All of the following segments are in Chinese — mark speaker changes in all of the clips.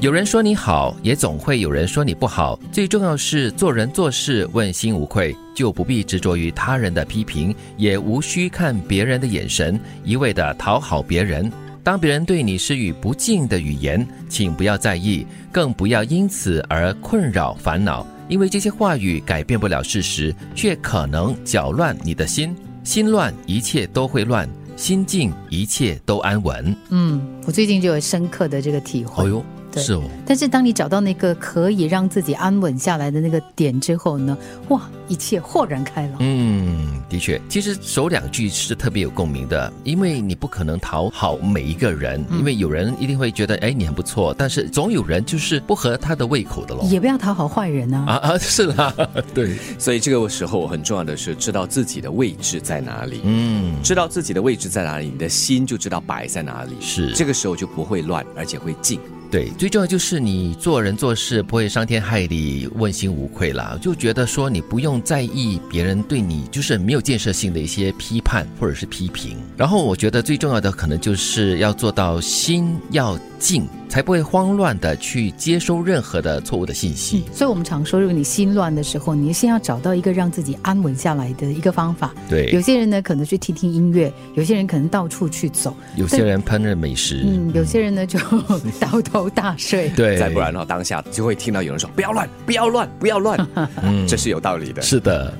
Speaker 1: 有人说你好，也总会有人说你不好。最重要是做人做事问心无愧，就不必执着于他人的批评，也无需看别人的眼神，一味的讨好别人。当别人对你施予不敬的语言，请不要在意，更不要因此而困扰烦恼，因为这些话语改变不了事实，却可能搅乱你的心。心乱，一切都会乱；心静，一切都安稳。
Speaker 2: 嗯，我最近就有深刻的这个体会。
Speaker 1: 哦呦，
Speaker 2: 对
Speaker 1: 是哦，
Speaker 2: 但是当你找到那个可以让自己安稳下来的那个点之后呢，哇，一切豁然开朗。
Speaker 1: 嗯，的确，其实首两句是特别有共鸣的，因为你不可能讨好每一个人，因为有人一定会觉得，哎，你很不错，但是总有人就是不合他的胃口的咯。
Speaker 2: 也不要讨好坏人啊。
Speaker 1: 嗯啊啊，是啦，对，
Speaker 3: 所以这个时候很重要的是知道自己的位置在哪里，
Speaker 1: 嗯，
Speaker 3: 知道自己的位置在哪里，你的心就知道摆在哪里，
Speaker 1: 是
Speaker 3: 这个时候就不会乱，而且会静。
Speaker 1: 对，最重要就是你做人做事不会伤天害理，问心无愧啦。就觉得说你不用在意别人对你就是没有建设性的一些批判或者是批评。然后我觉得最重要的可能就是要做到心要静，才不会慌乱的去接收任何的错误的信息。
Speaker 2: 所以我们常说，如果你心乱的时候，你先要找到一个让自己安稳下来的一个方法。有
Speaker 1: 对，
Speaker 2: 些人呢，可能去听听音乐；有些人可能到处去走，
Speaker 1: 有些人烹饪美食，
Speaker 2: 嗯，有些人呢就 倒头 大睡。
Speaker 1: 对，
Speaker 3: 再不然的话，当下就会听到有人说“不要乱，不要乱，不 要乱”，嗯这是有道理的。
Speaker 1: 嗯是的，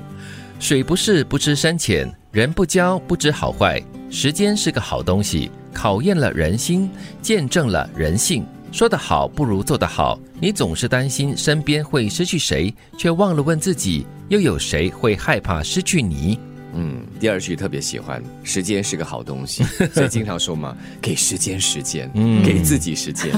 Speaker 1: 水不是不知深浅，人不交不知好坏。时间是个好东西，考验了人心，见证了人性。说得好不如做得好。你总是担心身边会失去谁，却忘了问自己，又有谁会害怕失去你？
Speaker 3: 嗯，第二句特别喜欢，时间是个好东 西，所以经常说嘛，给时间时间，
Speaker 1: 嗯
Speaker 3: 给自己时间。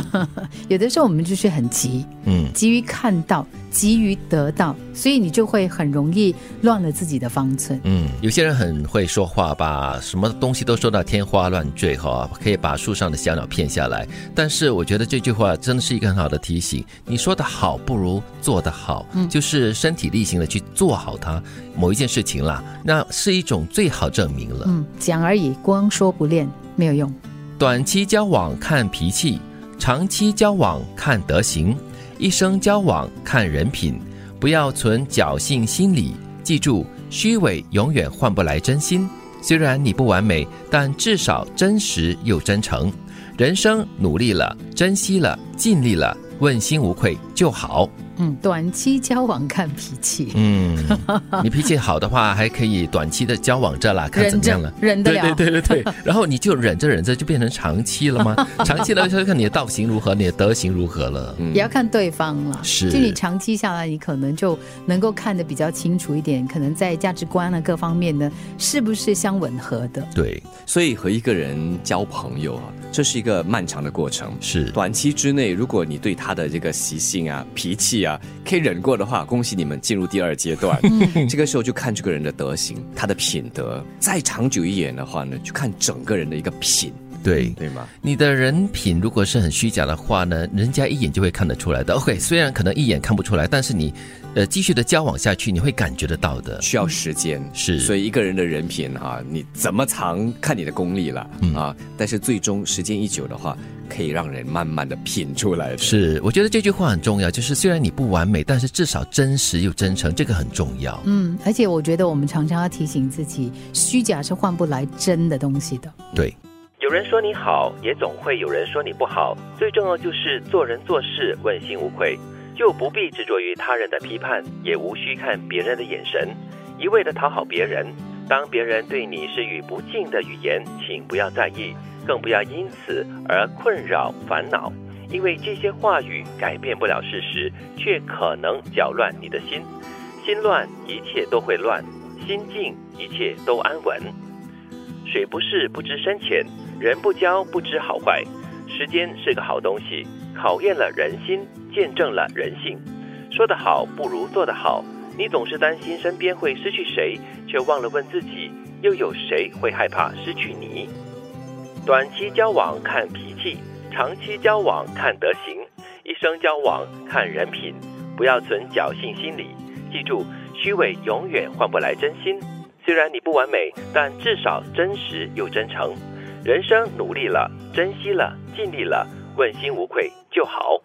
Speaker 2: 有的时候我们就是很急，
Speaker 1: 嗯，
Speaker 2: 急于看到，急于得到，所以你就会很容易乱了自己的方寸。
Speaker 1: 嗯，有些人很会说话吧，什么东西都说到天花乱坠哈，可以把树上的小鸟骗下来。但是我觉得这句话真的是一个很好的提醒，你说的好不如做的好，就是身体力行的去做好它某一件事情啦，那是一种最好证明了。
Speaker 2: 嗯，讲而已，光说不练没有用。
Speaker 1: 短期交往看脾气，长期交往看德行，一生交往看人品。不要存侥幸心理，记住，虚伪永远换不来真心。虽然你不完美，但至少真实又真诚。人生努力了，珍惜了，尽力了，问心无愧就好。
Speaker 2: 嗯，短期交往看脾气，
Speaker 1: 嗯，你脾气好的话，还可以短期的交往着啦， 看怎
Speaker 2: 忍
Speaker 1: 么样了
Speaker 2: 着。忍得了。
Speaker 1: 对对对对 对，然后你就忍着忍着就变成长期了吗？长期了就看你的道行如何，你的德行如何了。
Speaker 3: 嗯
Speaker 2: 也要看对方了。
Speaker 1: 是
Speaker 2: 就你长期下来，你可能就能够看得比较清楚一点，可能在价值观啊各方面呢，是不是相吻合的？
Speaker 1: 对，
Speaker 3: 所以和一个人交朋友啊，这是一个漫长的过程。
Speaker 1: 是
Speaker 3: 短期之内，如果你对他的这个习性啊、脾气啊可以忍过的话，恭喜你们进入第二阶段。这个时候就看这个人的德行、他的品德。再长久一点的话呢，就看整个人的一个品，
Speaker 1: 对。
Speaker 3: 对吗？
Speaker 1: 你的人品如果是很虚假的话呢，人家一眼就会看得出来的。OK，虽然可能一眼看不出来，但是你，呃，继续的交往下去，你会感觉得到的。
Speaker 3: 需要时间，
Speaker 1: 是
Speaker 3: 所以一个人的人品哈、你怎么藏看你的功力了、
Speaker 1: 嗯
Speaker 3: 啊？但是最终时间一久的话，可以让人慢慢的品出来的。
Speaker 1: 是，我觉得这句话很重要，就是虽然你不完美，但是至少真实又真诚，这个很重要。
Speaker 2: 嗯，而且我觉得我们常常要提醒自己，虚假是换不来真的东西的。
Speaker 1: 对。有人说你好，也总会有人说你不好。最重要就是做人做事问心无愧，就不必执着于他人的批判，也无需看别人的眼神，一味的讨好别人。当别人对你施予不敬的语言，请不要在意，更不要因此而困扰烦恼，因为这些话语改变不了事实，却可能搅乱你的心。心乱，一切都会乱；心静，一切都安稳。水不试不知深浅，人不交不知好坏。时间是个好东西，考验了人心，见证了人性。说得好不如做得好。你总是担心身边会失去谁，却忘了问自己，又有谁会害怕失去你？短期交往看脾气，长期交往看德行，一生交往看人品。不要存侥幸心理，记住，虚伪永远换不来真心。虽然你不完美，但至少真实又真诚。人生努力了，珍惜了，尽力了，问心无愧就好。